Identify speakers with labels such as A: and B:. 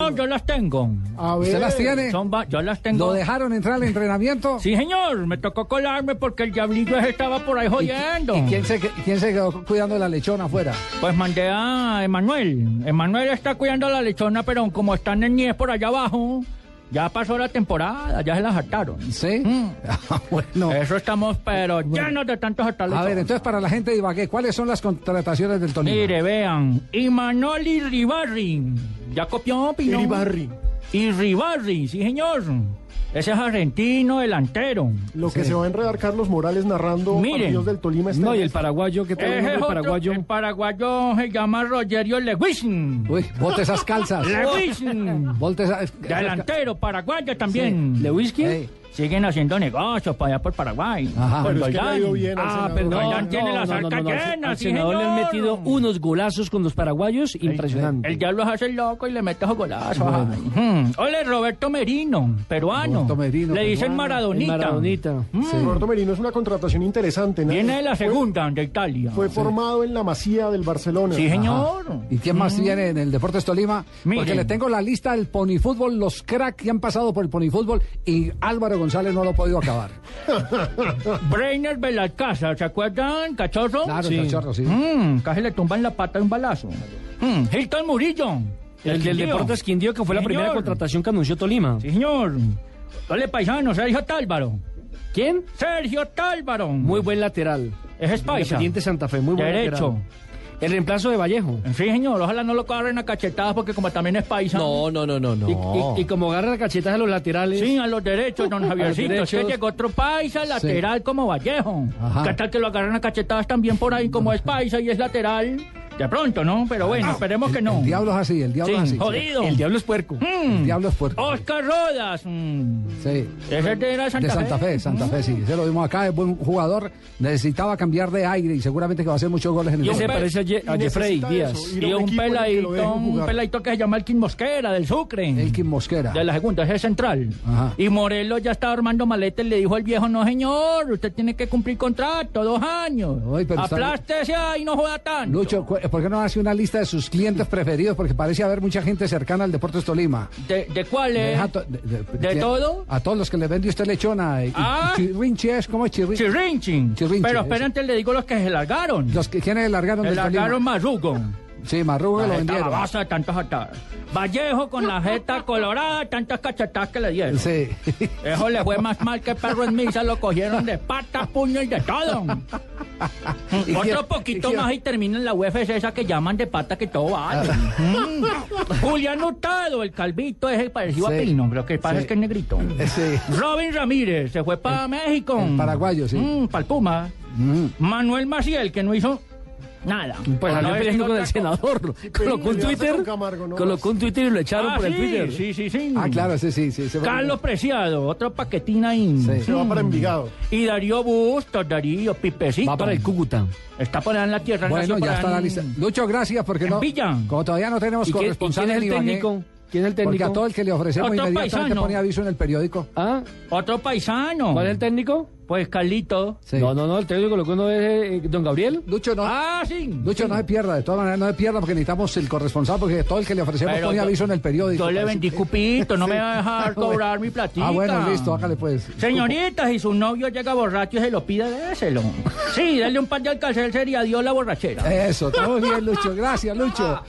A: No, yo las tengo.
B: A ver.
C: ¿Usted las tiene?
A: Son va- yo las tengo.
C: ¿Lo dejaron entrar al entrenamiento?
A: Sí, señor, me tocó colarme porque el diablillo ese estaba por ahí jodiendo.
C: ¿Y quién se, que- quién se quedó cuidando la lechona afuera?
A: Pues mandé a Emanuel. Emanuel está cuidando la lechona, pero como están en nieve por allá abajo, ya pasó la temporada, ya se las hartaron.
C: ¿Sí?
A: Mm. Eh,
C: Ah, bueno.
A: Eso estamos, pero llenos de tantos hartar
C: A ver,
A: lechonas.
C: entonces para la gente de Ibagué, ¿cuáles son las contrataciones del Tolima?
A: Mire, vean, Imanoli Ribarri. Ya copió, Pino.
B: Iribarri,
A: Y Ribarri, sí, señor. Ese es argentino delantero.
B: lo que
C: Sí.
B: se va a enredar Carlos Morales narrando
A: Miren.
B: partidos del Tolima este
D: No, y
B: mes.
D: el paraguayo, ¿qué
B: Este
D: tal el
A: Ese
D: nombre
A: es otro,
D: paraguayo?
A: el paraguayo se llama Rogerio Lewin.
C: Uy, bote esas calzas.
A: Lewin.
C: Bote esas...
A: Delantero paraguayo también.
D: ¿Lewiski?
C: Ey,
A: Siguen haciendo negocios para allá por Paraguay.
C: Ajá.
A: Por
B: Pero es que le ha
A: Roldán.
B: ido bien al
A: ah,
B: senador.
A: pero
B: No,
A: Roldán tiene las arcas
D: al-
A: llenas.
D: Al
A: sí,
D: senador le han
A: señor.
D: metido unos golazos con los paraguayos impresionantes.
A: El diablo se hace el loco y le mete esos golazos. ay. Mm. Ole, Roberto Merino, peruano.
C: Roberto Merino,
A: le dicen
C: peruano.
A: Maradonita.
D: El Maradonita.
A: Mm.
B: Roberto Merino es una contratación interesante. ¿no?
A: Viene de la
B: Fue-
A: segunda de Italia.
B: Fue, formado en la Masía del Barcelona.
A: sí, señor.
C: ¿Y quién
A: Mm.
C: más tiene en el Deportes Tolima? Porque
A: Miren.
C: le tengo la lista del ponifútbol, los cracks que han pasado por el ponifútbol y Álvaro González no lo ha podido acabar.
A: Breiner Velascaza, ¿se acuerdan? Cachoso.
C: Claro,
D: Sí.
C: cachorro, sí.
A: Mm, casi le tumban la pata de un balazo. Mm, Hilton Murillo.
D: El del
A: Quindío.
D: Deportes Quindío, que fue la
A: Señor.
D: primera contratación que anunció Tolima.
A: Sí, señor. Dale paisano, Sergio Tálvaro.
D: ¿Quién?
A: Sergio Tálvaro.
D: Muy buen lateral.
A: Ese es paisa.
D: Independiente Santa Fe, muy buen
A: Derecho.
D: lateral. El reemplazo de Vallejo.
A: Sí, señor. Ojalá no lo corren a cachetadas porque como también es paisa.
D: no, no, no, no. Y, y- y como agarra la cachetadas a los laterales.
A: Sí, a los derechos, don Javiercito. Es que
D: derechos.
A: llegó otro paisa lateral como Vallejo.
C: Ajá.
A: ¿Qué tal que lo agarran a cachetadas también por ahí como es paisa y es lateral? De pronto, ¿no? Pero bueno, esperemos que no.
C: El diablo es así, el diablo es
A: Mm. Sí,
C: así.
A: jodido.
D: El diablo es puerco.
A: Mm.
C: El diablo es puerto.
A: Oscar Rodas. mm.
C: Sí.
A: Ese era Santa
C: de Santa Fe,
A: Fe. Mm.
C: Santa Fe, sí. Se lo vimos acá, es buen jugador. Necesitaba cambiar de aire y seguramente que va a hacer muchos goles en el
A: Y
D: Que se
A: pe-
C: Tolima.
D: parece a, Ye- a
B: Y necesita
D: Jeffrey
B: eso,
D: Díaz.
B: ir a
A: Y un
B: equipo en el que lo
A: peladito,
B: dejen
A: un
B: jugar.
A: peladito que se llama el Mosquera del Sucre.
C: Elkin Mosquera.
A: De la segunda, ese es central.
C: Ajá.
A: Y Morelos ya estaba armando maletes, le dijo al viejo, no señor, usted tiene que cumplir contrato, dos años.
C: Ay, pero está-
A: Aplástese ahí, no juega tanto.
C: Lucho, cu- ¿por qué no hace una lista de sus clientes preferidos? Porque parece haber mucha gente cercana al Deportes Tolima.
A: ¿De, de cuál
C: Me
A: es?
C: deja to- de- de-
A: Eh, ¿De
C: que-
A: todo?
C: A todos los que le vende usted lechona. Y, y-
A: Ah.
C: Chirrinche es, ¿cómo es Chirrinche?
A: Chirrinchin.
C: Chirrinche,
A: Pero
C: ese.
A: espérate, le digo los que se largaron.
C: Los que quienes largaron
A: se
C: del
A: largaron
C: Tolima.
A: Marrugo.
C: Sí, Marrugo lo
A: La jeta
C: vendieron.
A: babosa de tantas atadas. Vallejo con la jeta colorada, tantas cachetadas que le dieron.
C: Sí.
A: Eso le fue más mal que perro en misa, lo cogieron de pata, puño y de todo.
C: ¿Y
A: Otro
C: quién-
A: poquito
C: y quién-
A: más y termina en la UFC esa que llaman de pata que todo vale. Mm. Julián Hurtado, el calvito ese parecido a
C: Ah. Sí.
A: Pino, lo que pasa
C: Sí. Eh,
A: es que es negrito.
C: Sí.
A: Robin Ramírez se fue para México.
C: el paraguayo, sí.
A: para el Puma.
C: Mm.
A: Manuel Maciel, que no hizo nada.
D: Pues
A: No
D: salió
A: es
D: peleando con
A: otra
D: el
A: cosa.
D: senador. Colocó un
B: pelearse con
D: Twitter.
B: Camargo, no.
D: Colocó un Twitter y lo echaron
A: Ah,
D: por el
A: sí,
D: Twitter.
A: Sí, sí, sí.
C: Ah, claro, sí, sí. sí se fue-
A: Carlos Preciado, otro paquetín ahí.
C: Sí.
B: Se va
A: Mm.
B: para Envigado.
A: Y Darío Bustos, Darío, Pipecito.
D: Va para el Cúcuta.
A: Está por allá en la tierra. nació
C: Bueno,
A: por
C: ya
A: allá
C: está la
A: en-
C: lista. Lucho, gracias porque
A: En
C: no.
A: Villa.
C: Como todavía no tenemos
D: ¿Y quién, y
C: corresponsal
D: quién es
C: en
D: el
C: Ibagué,
A: ¿eh?
D: técnico? ¿Quién es el
C: Porque a
D: técnico?
C: todo el que le ofrecemos
A: Otro
C: inmediatamente
A: paisano.
C: pone aviso en el periódico.
D: ¿Ah?
A: Otro paisano.
D: ¿Cuál es el técnico?
A: Pues Carlito.
C: Sí.
D: No, no, no, el técnico colocó uno es eh, Don Gabriel.
C: Lucho, no.
A: Ah, sí.
C: Lucho, no se pierda, de todas maneras no se pierda porque necesitamos el corresponsal porque todo el que le ofrecemos
A: Pero
C: pone
A: yo-
C: aviso en el periódico.
A: Yo le
C: Parece-
A: vendí cupito, no me va a dejar cobrar mi platita.
C: Ah, bueno, listo, hágale pues.
A: Señorita, si su novio llega borracho y se lo pide, déselo. Sí, dale un par de alcalcel y adiós la borrachera. Ah.
C: Eso, todo bien, Lucho. Gracias, Lucho.